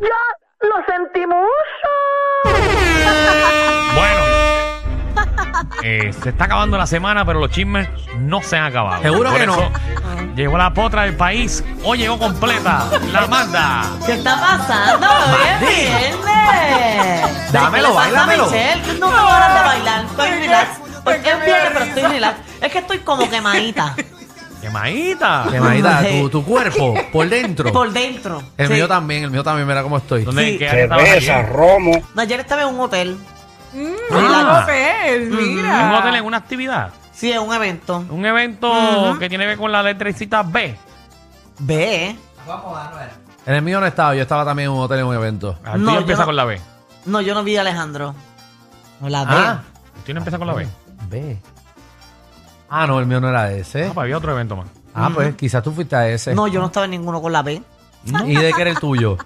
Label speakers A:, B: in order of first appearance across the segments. A: Lo, lo sentimos.
B: Bueno, eh, se está acabando la semana, pero los chismes no se han acabado.
C: Seguro
B: Por
C: que no.
B: eso, Llegó la potra del país. Hoy llegó completa. La manda.
D: ¿Qué está pasando? Hoy es viernes.
C: Dámelo,
D: ¿Qué le pasa a
C: báilamelo.
D: Michelle? Que No tengo ganas de bailar. Estoy relax. Hoy es viernes, pero estoy relax. Es que estoy como quemadita
B: Quemadita.
C: Quemadita,
D: Ay.
C: tu, tu cuerpo, por dentro.
D: por dentro.
C: El
D: Sí.
C: mío también, el mío también, mira cómo estoy.
B: ¿Dónde
D: Sí.
B: qué área estabas
E: cerveza,
B: ayer?
E: romo.
D: No, ayer estaba en un hotel.
B: Ah. Mm,
F: No sé, mira.
B: Un hotel en una actividad.
D: Sí, en un evento.
B: Un evento que tiene que ver con la letrecita B.
D: Ve. ¿eh?
C: En el mío no estaba, yo estaba también en un hotel en un evento.
B: El
D: No,
B: tuyo
D: yo
B: empieza
D: no-
B: con la B.
D: No, yo no vi a Alejandro. No la
C: Ah,
D: veo.
B: El tuyo no empieza con la B.
C: ve. Ah, no, el mío no era ese.
B: No, pues había otro evento más.
C: Ah, pues quizás tú fuiste a ese.
D: No, yo no estaba en ninguno con la B.
C: ¿Y de qué era el tuyo?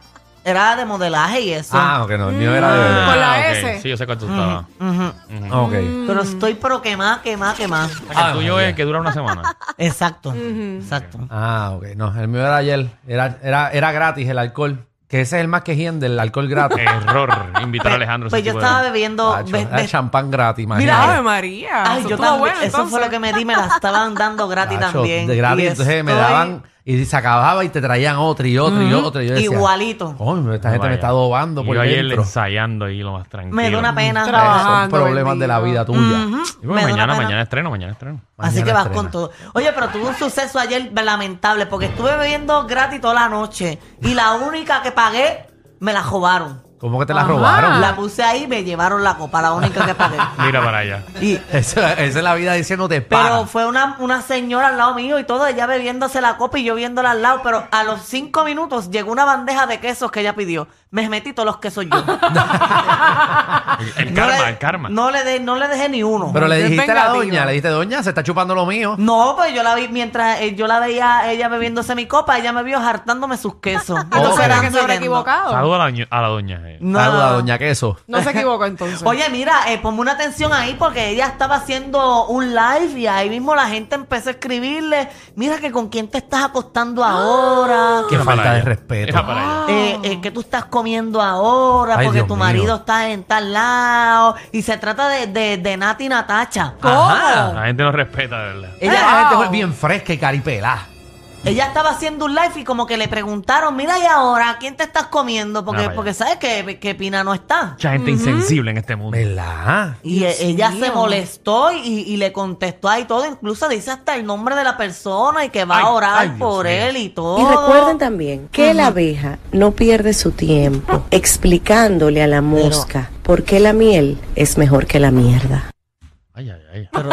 D: Era de modelaje y eso.
C: Ah, ok, no, el mío era de
F: Ah.
C: verdad.
F: Con la
B: ok.
F: S.
B: Sí, yo sé cuál tú estabas.
D: Ujú.
C: Ok.
D: Pero estoy pero quemada, quemada, quemada.
B: O sea, que el
C: Ah,
B: tuyo
C: no,
B: es
C: ya.
B: el que dura una semana.
D: Exacto. Exacto.
C: Ah, ok. No, el mío era ayer. Era, era, era gratis el alcohol. Que ese es el más quejían del alcohol gratis.
B: Error. Invitar a Alejandro. a ese
D: Pues yo
B: tipo de-
D: estaba bebiendo.
C: Tacho,
D: ve-
C: Era
D: ve-
C: champán gratis,
F: Mira, Ave
C: imagínate.
F: María.
D: Ay,
F: Ah, eso
D: yo
F: estuvo
D: también.
F: bueno,
D: eso fue
F: entonces.
D: lo que me di, me la estaban dando gratis
C: Tacho,
D: también.
C: de
D: Y
C: gratis, entonces me
D: estoy
C: daban y se acababa y te traían otra y otra y otra. Y yo decía,
D: Igualito.
C: Coño, esta gente
B: Vaya.
C: me está dobando
B: Y
C: por
B: Yo ayer
C: dentro.
B: ensayando ahí lo más tranquilo.
D: Me da una pena.
C: Eh, Son
F: Trabajando,
C: problemas de la vida
F: bendito.
C: tuya.
D: Ujú,
B: Y
D: me
B: bueno,
D: da una
B: mañana,
D: pena.
B: mañana estreno, mañana estreno.
D: Así
C: Mañana
D: que vas
C: estrena.
D: con todo. Oye, pero tuve un suceso ayer lamentable porque estuve bebiendo gratis toda la noche y la única que pagué me la robaron.
C: ¿Cómo que te la
F: Ajá.
C: robaron?
D: La puse ahí y me llevaron la copa, la única que pagué.
B: Mira para allá.
D: Y-
C: Esa, esa es la vida diciéndote
D: pero
C: para.
D: fue una, una señora al lado mío y todo, ella bebiéndose la copa y yo viéndola al lado. Pero a los cinco minutos llegó una bandeja de quesos que ella pidió. Me metí todos los quesos yo.
B: El, el
D: No
B: karma,
D: le-
B: el karma.
D: No le, de- no le dejé ni uno.
C: Pero le
F: Qué
C: dijiste a la
F: vengativa.
C: doña, le dijiste, doña, se está chupando lo mío.
D: no, pues yo la vi, mientras eh, yo la veía ella bebiéndose mi copa, ella me vio hartándome sus quesos.
F: Entonces
C: Ok.
F: era que
D: eran
F: se habrá
D: horrendos.
F: equivocado.
B: Saludo a la, ñu- a la doña. eh.
D: No.
C: Saluda, doña queso.
F: No se equivocó entonces.
D: Oye, mira, eh, ponme una atención ahí porque ella estaba haciendo un live y ahí mismo la gente empezó a escribirle, mira que con quién te estás acostando ahora.
C: Qué
B: Era
C: falta
B: para
C: de
B: ella.
C: respeto.
B: Era para ella.
D: Eh, eh, que tú estás comiendo ahora
C: Ay,
D: porque
C: Dios
D: tu
C: mío.
D: marido está en tal lado y se trata de, de, de Nati Natacha.
C: Ah,
D: Ah.
F: ¿Cómo?
B: La gente no respeta, de verdad.
C: Ella
F: Wow.
C: la gente fue bien fresca y caripelá.
D: Ella estaba haciendo un live y como que le preguntaron, mira y ahora, ¿quién te estás comiendo?
B: Ah,
D: Porque,
B: vaya.
D: porque sabes que, que Pina no está.
B: Mucha gente insensible en este mundo.
C: ¿Verdad?
D: Y
F: Dios
D: e- ella se
F: mío.
D: molestó y, y le contestó ahí todo, incluso dice hasta el nombre de la persona y que va
B: Ay,
D: a orar
B: ay, Dios
D: por
B: mío.
D: él y todo.
G: Y
D: Oh.
G: recuerden también que la abeja no pierde su tiempo explicándole a la mosca por qué la miel es mejor que la mierda.
B: Ay, ay, ay.
F: Qué
C: ¿Pero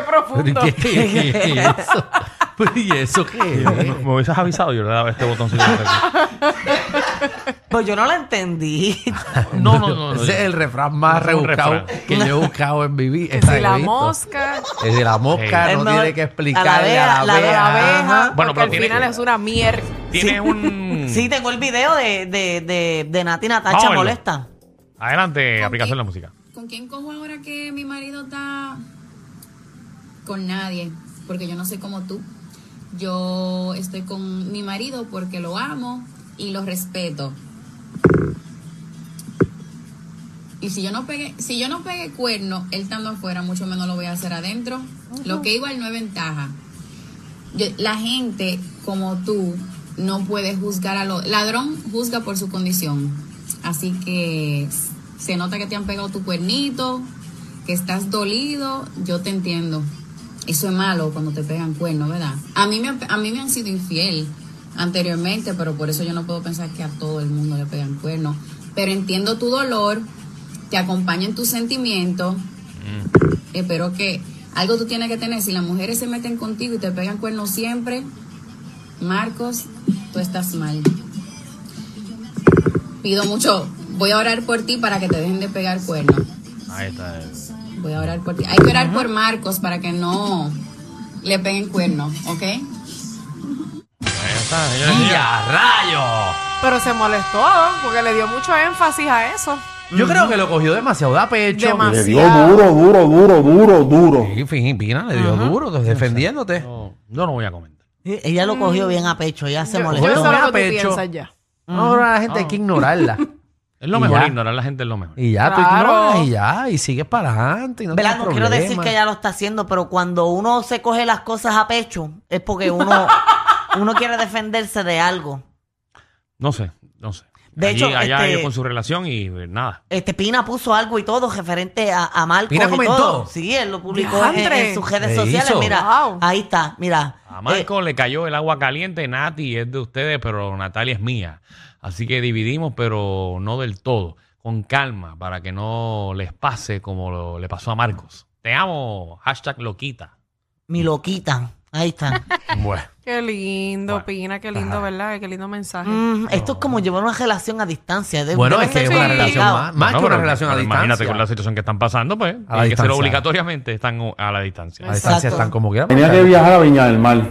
C: y
F: profundo.
C: ¿Qué, qué es eso? ¿Pero ¿Y eso qué
B: Me,
C: es?
B: me hubieses avisado, yo le daba este botoncito. de aquí.
D: Pues yo no la entendí.
B: No, no, no. no.
C: Ese es el refrán más
B: Ese es un
C: rebuscado
B: refrán.
C: que yo he buscado en mi vida.
F: Si la
C: he visto.
F: mosca.
C: El de la mosca
D: Es
C: no
D: mejor
C: tiene que
D: a
C: explicarle
D: la
C: a la
D: abeja, la
C: abeja.
D: abeja.
F: Porque
B: Bueno, pero
F: al
B: tiene-
F: final es una mierda.
B: Tienes un.
D: Sí, tengo el video de, de, de, de Nati Natacha
B: Vámonos.
D: molesta.
B: Adelante,
H: Ok.
B: aplicación de la música.
H: ¿Con quién cojo ahora que mi marido está? Con nadie, porque yo no soy como tú. Yo estoy con mi marido porque lo amo y lo respeto. Y si yo no pegué, si yo no pegué cuerno, él estando afuera, mucho menos lo voy a hacer adentro. Lo que igual no es ventaja. Yo- la gente como tú no puede juzgar a los... Ladrón juzga por su condición. Así que se nota que te han pegado tu cuernito, que estás dolido, yo te entiendo. Eso es malo cuando te pegan cuerno, ¿verdad? A mí, me, han- a mí me han sido infiel anteriormente, pero por eso yo no puedo pensar que a todo el mundo le pegan cuerno. Pero entiendo tu dolor, te acompaño en tus sentimientos, Espero que algo tú tienes que tener. Si las mujeres se meten contigo y te pegan cuernos siempre, Marcos, tú estás mal. Pido mucho. Voy a orar por ti para que te dejen de pegar cuernos.
B: Ahí está. eh.
H: Voy a orar por ti. Hay que orar por Marcos para que no le peguen cuernos, ¿ok?
B: Ahí está, señores y
C: ¡Y
B: señores.
C: a rayos!
F: Pero se molestó porque le dio mucho énfasis a eso.
C: Yo
D: Mm.
C: creo que lo cogió demasiado de a pecho.
F: Demasiado.
E: Le dio duro, duro, duro, duro, duro.
C: Sí, Filipina le dio duro defendiéndote.
B: No, Yo no voy a comentar.
D: Ella lo cogió bien a pecho, ella se
F: Yo,
D: molestó.
F: Mm. yo sé
C: Muy a
F: lo que tú
C: pecho.
F: piensas ya.
C: No, no, la gente
B: Ah.
C: hay que ignorarla.
B: Es lo
C: Y
B: mejor,
C: ya.
B: ignorar a la gente es lo mejor.
C: Y ya, tú
F: Claro.
C: ignoras y ya, y sigues para adelante. Y no
D: ¿Verdad?
C: tienes
D: No quiero decir
C: problema.
D: que ella lo está haciendo, pero cuando uno se coge las cosas a pecho, es porque uno, uno quiere defenderse de algo.
B: No sé, no sé.
D: De
B: Allí-
D: hecho,
B: allá
D: este-
B: ellos con su relación y eh, nada.
D: Este Pina puso algo y todo referente a, a Marcos
C: ¿Pina
D: y
C: comentó?
D: todo. Sí, él lo publicó en,
F: ¡Diantre!
D: en sus redes
C: ¿Qué
D: sociales.
C: hizo?
D: Mira,
F: Wow.
D: ahí está, mira. Eh,
B: A
C: Eh.
B: Marco le cayó el agua caliente, Nati es de ustedes, pero Natalia es mía. Así que dividimos, pero no del todo. Con calma, para que no les pase como lo- le pasó a Marcos. Te amo, hashtag loquita.
D: Mi loquita. Ahí está.
C: Bueno,
F: Qué lindo, Pina, qué lindo, ¿verdad? Qué lindo mensaje.
D: Mm, esto es como llevar una relación a distancia. de-
C: bueno
D: debe
C: es que
D: ser
C: es una
F: complicado.
C: relación más, más
B: Bueno,
C: que una
B: pero-
C: relación a
B: pero
C: distancia.
B: Imagínate con la situación que están pasando, pues.
C: A la
B: Hay que ser
C: distancia.
B: obligatoriamente están o- a la distancia.
C: A distancia
D: Exacto.
C: están como quiera.
E: Tenía que viajar a Viña del Mar.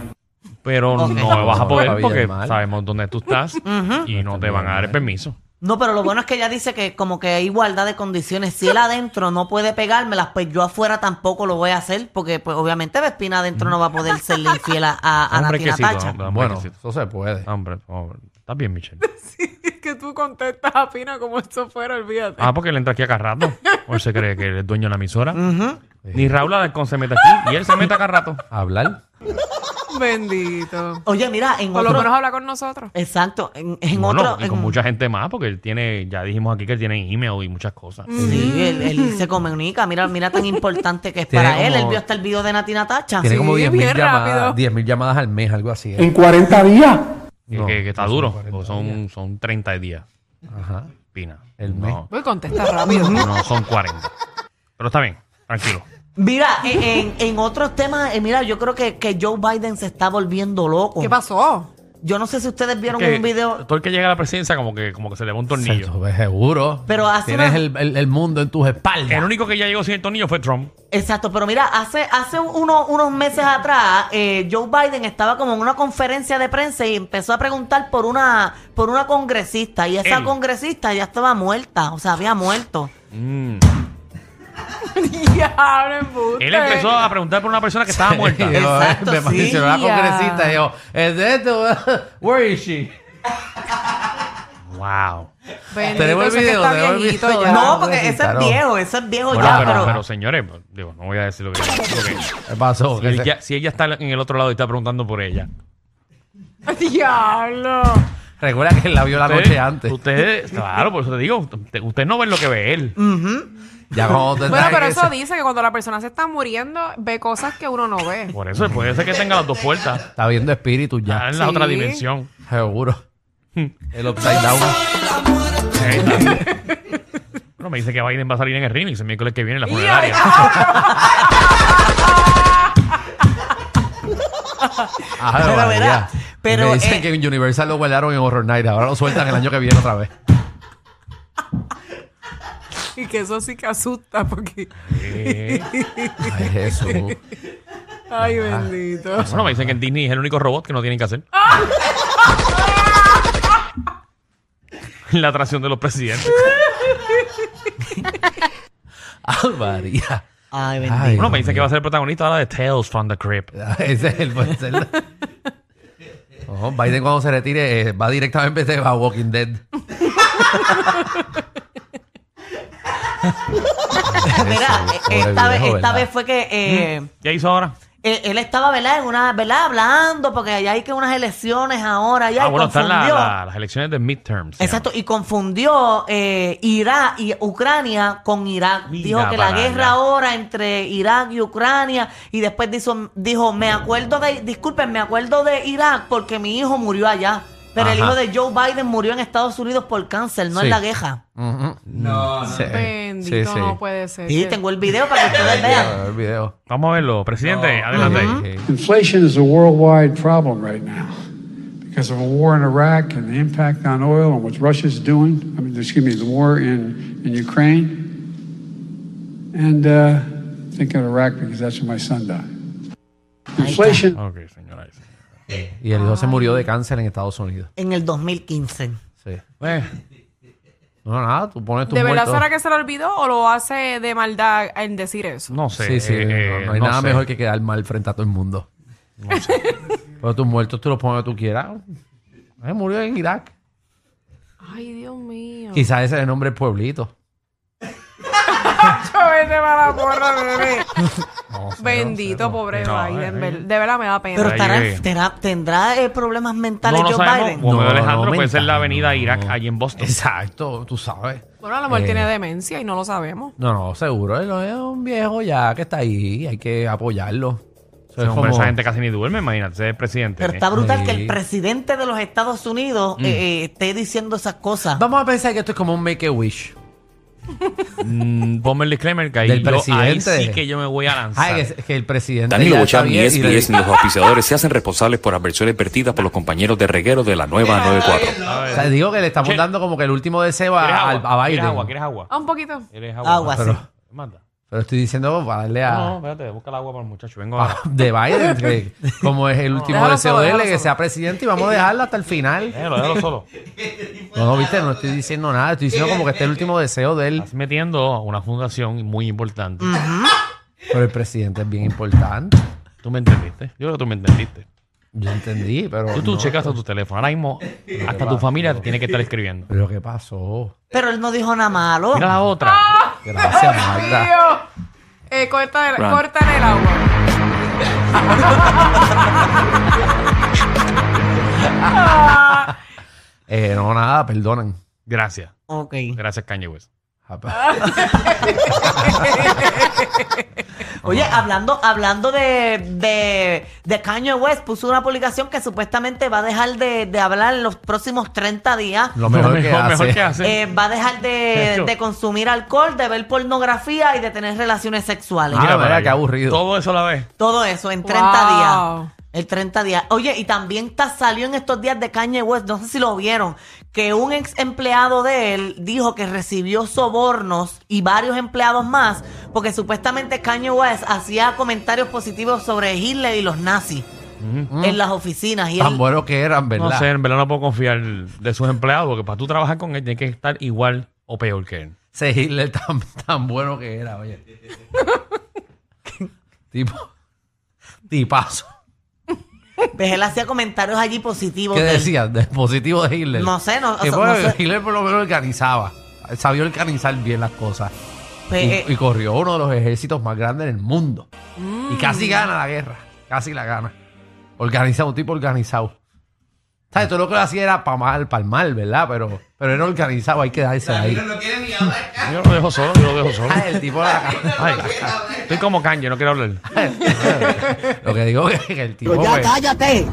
B: Pero
D: Ok.
B: no vas a
C: No, la
B: poder
C: vida
B: porque
C: es mala.
B: sabemos dónde tú estás
D: Ujú.
B: y no te van a dar el permiso.
D: No, pero lo bueno es que ella dice que como que hay igualdad de condiciones. Si él adentro no puede pegármelas, pues yo afuera tampoco lo voy a hacer, porque pues obviamente Vespina adentro no va a poder serle infiel a, a, a
B: Hombre,
D: Nati
B: que sí,
D: Natacha.
B: hombre, hombre,
C: Bueno,
B: que sí.
C: eso se puede.
B: Hombre, hombre, estás bien, Michelle.
F: Es que tú contestas a Pina como eso fuera, olvídate.
B: Ah, porque él entra aquí a cada rato. O él se cree que él es dueño de la emisora.
D: Ujú.
B: Ni Raúl Alarcón se mete aquí. Y él se mete a cada rato.
C: Hablar. Ah.
F: Bendito.
D: Oye, mira, en
F: Por lo
D: otro...
F: menos habla con nosotros.
D: Exacto, en, en
B: Bueno,
D: otro...
B: y con
D: en-
B: mucha gente más, porque él tiene, ya dijimos aquí que él tiene email y muchas cosas.
F: Mm.
D: Sí, él, él se comunica, mira, mira tan importante que es
C: Tiene
D: para él.
C: como-
D: Él vio hasta el video de Nati Natacha.
C: Tiene
F: Sí,
C: como 10.000
F: bien rápido.
C: llamadas, 10.000 llamadas al mes, algo así. ¿eh?
E: En 40 días.
B: Que-
C: No,
B: que, que está
C: no son
B: duro.
C: 40
B: porque son, son 30 días.
C: Ajá.
B: Pina.
C: El
B: no,
F: Voy contesta rápido.
B: no, son 40. Pero está bien, tranquilo.
D: Mira, en, en- en otros temas, eh, mira, yo creo que, que Joe Biden se está volviendo loco.
F: ¿Qué pasó?
D: Yo no sé si ustedes vieron
B: Que
D: un video...
B: Todo el que llega a la presidencia, como que, como que se le va un tornillo.
C: Exacto, pues, Seguro.
D: Pero hace
C: Tienes
D: una-
C: el, el- el mundo en tus
B: El
C: espaldas.
B: único que ya llegó sin el tornillo fue Trump.
D: Exacto, pero mira, hace, hace uno- unos meses atrás, eh, Joe Biden estaba como en una conferencia de prensa y empezó a preguntar por una, por una congresista. Y esa
B: Él.
D: congresista ya estaba muerta, o sea, había muerto.
C: Mm.
F: Diablo, embuste.
B: Él empezó a preguntar por una persona que estaba muerta.
C: Y yo,
D: Exacto,
C: me
D: sí.
C: mencionó la congresista y yo, ¿es de esto? ¿Where is she?
B: wow.
F: Bendito,
C: Tenemos el
F: ese que
C: video,
F: está
C: tenemos el
F: viejito
C: video.
F: ya.
D: no,
C: Ah,
D: porque ese es
C: claro.
D: viejo, ese es viejo
B: Bueno,
C: Ah,
D: ya,
B: pero,
D: pero...
B: pero, señores, pues, digo, no voy a decir lo que, lo que-
C: ¿Qué pasó?
B: si,
C: ¿Qué se-
B: ella, si ella está en el otro lado y está preguntando por ella.
F: Diablo.
C: Recuerda que él la vio la noche antes.
B: Ustedes, claro, por eso te digo, usted- ustedes no ven lo que ve él.
C: Mm. Ya cuando te
F: Bueno,
C: traen
F: pero eso
C: esa-
F: dice que cuando la persona se está muriendo, ve cosas que uno no ve.
B: Por eso puede ser que tenga las dos puertas.
C: Está viendo espíritus
B: Está
C: ya.
B: Ah, en la
F: Sí.
B: otra dimensión.
C: Seguro. El upside down.
B: Ahí está. Bueno, me dice que Biden va a salir en el remix el miércoles que viene en la funeraria.
C: Ajá,
D: Pero
C: Ah, María.
D: verá,
C: Y
D: pero,
C: me dicen
D: eh,
C: que en Universal lo guardaron en Horror Night. Ahora lo sueltan el año que viene otra vez.
F: Y que eso sí que asusta porque...
B: Eh,
C: Ay, Jesús. Ah,
F: Ay, bendito.
B: bueno, me dicen que en Disney es el único robot que no tienen que hacer. la atracción de los presidentes.
C: Ay, María.
D: Ay, bendito.
C: Ay,
B: Bueno, me
C: Dios
B: dice que va a ser el protagonista ahora de Tales from the Crypt.
C: mío. Ese es el. puede ser la- No, Biden cuando se retire eh, va directamente a Walking Dead.
D: Mira,
C: Jesús,
D: eh,
C: pobre
D: esta, vez,
C: viejo,
D: esta
C: ¿verdad?
D: vez fue que eh,
B: ¿Qué hizo ahora?
D: él, él estaba, ¿verdad? En una, ¿verdad? Hablando, porque allá hay que unas elecciones ahora. Ya,
B: ah,
D: y
B: bueno, están la-
D: confundió.
B: la- las elecciones de midterms. se
D: Exacto, y confundió eh, Irak y Ucrania con Irak.
B: Mira
D: dijo que la
B: para
D: guerra
B: allá.
D: ahora entre Irak y Ucrania, y después dijo, dijo, me acuerdo de, disculpen, me acuerdo de Irak porque mi hijo murió allá. Pero el
B: Ajá.
D: hijo de Joe Biden murió en Estados Unidos por cáncer, no
C: Sí.
D: en la guerra.
C: Ujú. No, eh, sí,
F: Bendito, no puede ser.
D: Sí,
F: que-
D: tengo el video para que ustedes vean.
C: El video.
B: llama. Vamos a verlo. Presidente, adelante.
C: Sí, sí.
I: Inflation is a worldwide problem right now because of a war in Iraq and the impact on oil and what Russia's doing. I mean, excuse me, the war in, in Ukraine. And uh, think of Iraq because that's where my son died. Inflation.
B: Ok, señora. esa.
C: Y el hijo se murió de cáncer en Estados Unidos.
D: En el 2015.
C: Sí. No, nada, tú pones tu
F: ¿De verdad
C: muerto.
F: será que se lo olvidó o lo hace de maldad en decir eso?
B: No sé.
C: Sí, sí,
B: eh,
C: este, no, no hay nada
B: sé.
C: mejor que quedar mal frente a todo el mundo. Pero tus muertos tú los pones donde tú quieras. Él murió en Eh, Irak.
F: Ay, Dios mío.
C: Quizás ese es el nombre del pueblito.
F: Yo vete para la porra, bebé.
B: No sé, no
F: Bendito,
B: sé, no.
F: pobre
B: No,
F: Biden.
B: eh,
F: ver- De verdad me da pena.
D: Pero
B: Ahí
D: estará-
B: llegué.
D: tendrá, tendrá eh, problemas mentales
B: no, no
D: Joe
B: sabemos.
D: Biden.
B: Como
C: No,
B: Alejandro
C: no,
B: puede ser la
C: mental,
B: avenida
C: no.
B: Irak allí en Boston.
C: Exacto, tú sabes.
F: bueno, a lo mejor
C: Eh.
F: tiene demencia y no lo sabemos.
C: No, no, seguro. Él es un viejo ya que está ahí. Hay que apoyarlo. Eso
B: Ese
C: es
B: hombre,
C: como-
B: Esa gente casi ni duerme, imagínate, ese es el presidente.
D: Pero está brutal
C: Sí.
D: que el presidente de los Estados Unidos
B: Mm.
D: eh, eh, esté diciendo esas cosas.
C: Vamos a pensar que esto es como un make-a-wish.
B: Mm, ponme el disclaimer que ahí,
C: Del
B: yo- ahí
C: presidente.
B: sí que yo me voy a lanzar.
C: Ah, que, que el presidente.
J: Danilo
C: ya está
J: Bocham, ni
C: bien y le-
J: SBS ni los auspiciadores se hacen responsables por adversiones vertidas por los compañeros de reguero de la nueva 94.
B: A ver,
C: O sea, digo que le estamos
B: Che.
C: dando como que el último deseo
B: ¿Quieres
C: a,
B: agua?
C: a Biden.
B: ¿Quieres agua? ¿Quieres agua?
F: Ah, un poquito.
B: ¿Quieres
D: Agua,
B: Pero-
D: sí.
B: Manda.
C: Pero estoy diciendo para darle a.
B: No, no, espérate, busca el agua para el muchacho.
C: Ah.
B: Vengo ahora.
C: de Biden, que como es el último
F: Déjalo
C: deseo
F: solo,
C: de él,
F: déjalo
C: que
F: solo.
C: sea presidente y vamos a dejarlo hasta el final.
B: Déjalo, déjalo solo.
C: No, no, viste, no estoy diciendo nada, estoy diciendo como que este es el último deseo de él.
B: Estás metiendo a una fundación muy importante.
D: Mm.
C: Pero el presidente es bien importante.
B: ¿Tú me entendiste? Yo creo que tú me entendiste.
C: Yo entendí, pero.
B: Tú, tú
C: no.
B: checaste tu teléfono. Ahora mismo, hasta tu familia te tiene que estar escribiendo.
C: Pero ¿qué pasó?
D: Pero él no dijo nada malo.
B: Mira la otra.
C: Gracias, Magda.
F: Tío, eh, corta el,
J: Ran.
F: córtale el agua.
C: Eh, no, nada, perdonan.
B: Gracias.
D: Ok.
B: Gracias, Kanye West.
D: Oye, hablando, hablando de, de, de Kanye West, puso una publicación que supuestamente va a dejar de, de hablar en los próximos 30 días.
C: Lo mejor, que hace.
B: mejor que hace.
D: Eh, va a dejar de,
B: Eso.
D: de consumir alcohol, de ver pornografía y de tener relaciones sexuales.
C: Ah,
B: para
C: mira,
B: allá.
C: qué aburrido.
B: Todo eso a la vez.
D: Todo eso en 30
F: Wow.
D: días. El 30 días. Oye, y también ta- salió en estos días de Kanye West, no sé si lo vieron, que un ex empleado de él dijo que recibió sobornos y varios empleados más, porque supuestamente Kanye West hacía comentarios positivos sobre Hitler y los nazis en las oficinas. Y
C: Tan
D: él-
C: buenos que eran, ¿verdad?
B: No sé, en verdad no puedo confiar de sus empleados porque para tú trabajar con él tienes que estar igual o peor que él.
C: Ese Hitler tan, tan bueno que era, oye. tipo. Tipazo.
D: pues él hacía comentarios allí positivos.
C: ¿Qué
D: de él.
C: decías? Del positivo de Hitler.
D: No sé, no- o
C: Que
D: sea,
C: bueno,
D: no sé.
C: Hitler por lo menos organizaba. Sabía organizar bien las cosas.
D: Pues,
C: y,
D: eh,
C: y corrió uno de los ejércitos más grandes del mundo.
D: Mm.
C: Y casi gana la guerra. Casi la gana. Organizado, un tipo organizado. ¿Sabes? Todo lo que lo hacía era para mal, para mal, ¿verdad? Pero, pero era organizado, hay que darse ahí.
B: Yo lo dejo solo, yo lo dejo solo.
C: Ah, el tipo de la-
B: Ay, estoy como Kanye, no quiero hablar.
C: Lo que digo es que el tipo. pues,
D: cállate.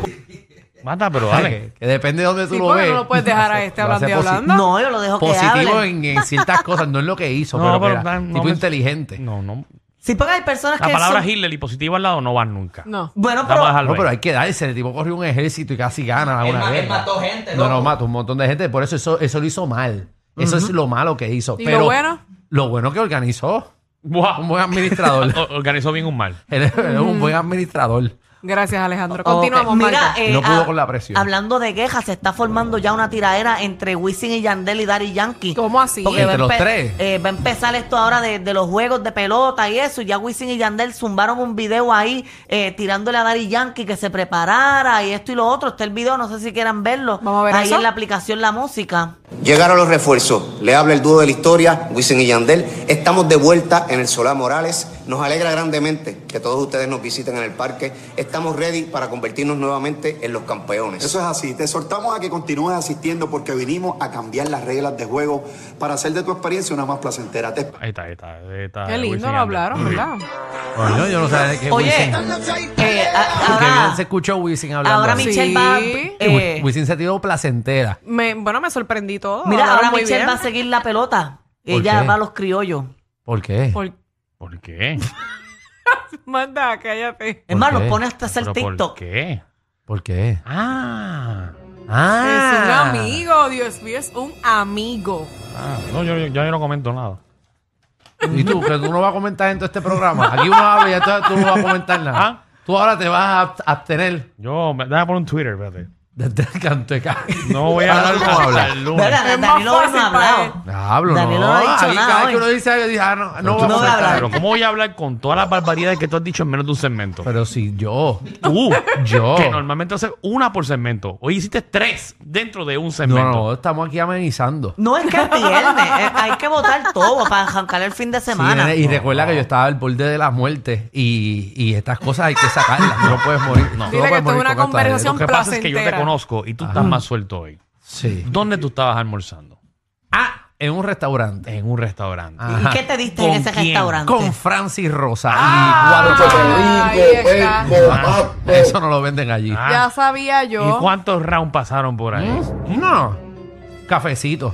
B: Mata, pero
C: ¿sabes?
B: dale.
C: Que, que depende de donde tú
F: Sí,
C: lo
F: porque
C: ves.
F: no lo puedes dejar a
C: Lo
F: este
C: hace
F: hablando y
C: posi-
F: hablando.
D: No, yo lo dejo que
C: Positivo
D: hable.
C: en, en ciertas cosas, no es lo que hizo,
B: No,
C: pero,
B: pero
C: mira,
B: tan- no
C: tipo
B: me- Mm,
C: inteligente. No,
B: No, no.
D: Sí, porque hay personas
B: La
D: que
B: palabra
D: son-
B: Hitler y positivo al lado no van nunca.
F: No.
D: Bueno,
B: Vamos a
D: pero...
B: dejarlo ahí.
C: pero hay que darse. El tipo corrió un ejército y casi gana una guerra. mató gente, no, no, mató un montón de gente. Por eso eso, eso lo hizo mal. Eso es lo malo que hizo.
F: ¿Y lo
C: pero
F: bueno?
C: Lo bueno que organizó.
B: Buah.
C: Un buen administrador.
B: O- Organizó bien un mal.
C: él es él es un buen administrador.
F: Gracias, Alejandro.
D: Ok,
F: Continuamos,
D: Mira,
F: Marta.
D: eh,
C: No pudo
D: ah,
C: con la presión.
D: Hablando de quejas, se está formando ya una tiraera entre Wisin y Yandel y Daddy Yankee.
F: ¿Cómo así?
D: Porque
C: Entre
D: va, a
C: los
D: empe-
C: tres.
D: eh, va a empezar esto ahora de, de los juegos de pelota y eso. Ya Wisin y Yandel zumbaron un video ahí eh, tirándole a Daddy Yankee que se preparara y esto y lo otro. Está el video, no sé si quieran verlo.
F: Vamos a ver
D: ahí
F: eso.
D: en la aplicación La Música.
K: Llegaron los refuerzos, le habla el dúo de la historia, Wisin y Yandel. Estamos de vuelta en el Solar Morales. Nos alegra grandemente que todos ustedes nos visiten en el parque. Estamos ready para convertirnos nuevamente en los campeones.
I: Eso es así. Te exhortamos a que continúes asistiendo porque vinimos a cambiar las reglas de juego para hacer de tu experiencia una más placentera. Te
B: Ahí está, ahí está. ahí está
F: Qué
B: Wisin
F: lindo
B: y
F: lo
B: Yandel.
F: hablaron, ¿verdad?
C: Bueno, yo no sé de qué
D: Oye,
C: Wisin.
D: eh, a-
C: Porque
D: ahora,
C: bien se escuchó Wisin hablando.
D: ahora
C: así.
F: mi-
D: Michelle
F: Sí.
D: va...
F: Sí,
D: eh,
C: Wi- Wisin se tiró placentera.
F: Me, bueno, me sorprendí todo.
D: mira,
F: Hablaron
D: ahora
F: muy
D: Michelle
F: bien.
D: va a seguir la pelota.
C: ¿Por
D: Ella
C: qué?
D: va a los criollos.
C: ¿Por qué?
F: Por-
B: ¿Por qué?
F: Manda, cállate.
D: Es más,
C: ¿Por
D: los
C: qué?
D: pone hasta hacer
B: ¿Pero ¿Por
D: TikTok.
B: qué?
C: ¿Por qué?
B: Ah.
C: Ah.
F: Es un amigo, Dios mío, es un amigo.
B: ah. No, yo, yo, yo no comento nada.
C: ¿Y tú? Que tú no vas a comentar en todo este programa. Aquí uno habla y entonces tú no vas a comentar nada.
B: Ah.
C: Tú ahora te vas a ab- abstener.
B: Yo, me, déjame poner un Twitter, espérate.
C: Desde el canteca.
B: No voy a hablar
C: como
B: con
C: Ah, habla.
B: Carlos.
D: ¿Verdad?
F: Es más
D: Danilo hoy no
F: fácil
D: ha
F: para
D: hablado.
F: él.
C: Hablo,
D: Daniel
C: no.
D: no ha dicho
C: Ahí
D: nada
C: cada vez
D: hoy.
C: que uno dice algo, yo dije, ah, no, no vamos
D: tú no
C: a
D: hablas.
C: hablar.
B: Pero ¿cómo voy a hablar con todas las barbaridades que tú has dicho en menos de un segmento?
C: Pero si yo.
B: Tú,
C: Yo.
B: que normalmente haces una por segmento. Hoy hiciste tres dentro de un segmento.
C: No, no, estamos aquí amenizando.
D: No es que es viernes, es- hay que votar todo para arrancar el fin de
C: Sí,
D: semana.
C: nene, y recuerda que yo estaba al borde de la muerte y, y estas cosas hay que sacarlas. No puedes morir. No,
F: Dile que esto
C: puedes
F: es
C: morir
F: una
C: con esta
F: conversación
B: Lo que pasa es que yo te
F: placentera.
B: conozco y tú estás más suelto hoy.
C: Sí.
B: ¿Dónde tú estabas almorzando?
C: Ah, en un restaurante.
B: En un restaurante.
C: Ah.
D: ¿Y qué te diste en
B: ¿Con
D: ese
B: quién?
D: restaurante?
C: Con Francis Rosa y
F: Ah,
C: Guadalupe.
F: ahí está.
B: Ah,
C: Eso no lo venden allí.
B: Ah.
F: Ya sabía yo.
B: ¿Y cuántos rounds pasaron por ahí?
C: No. Cafecito.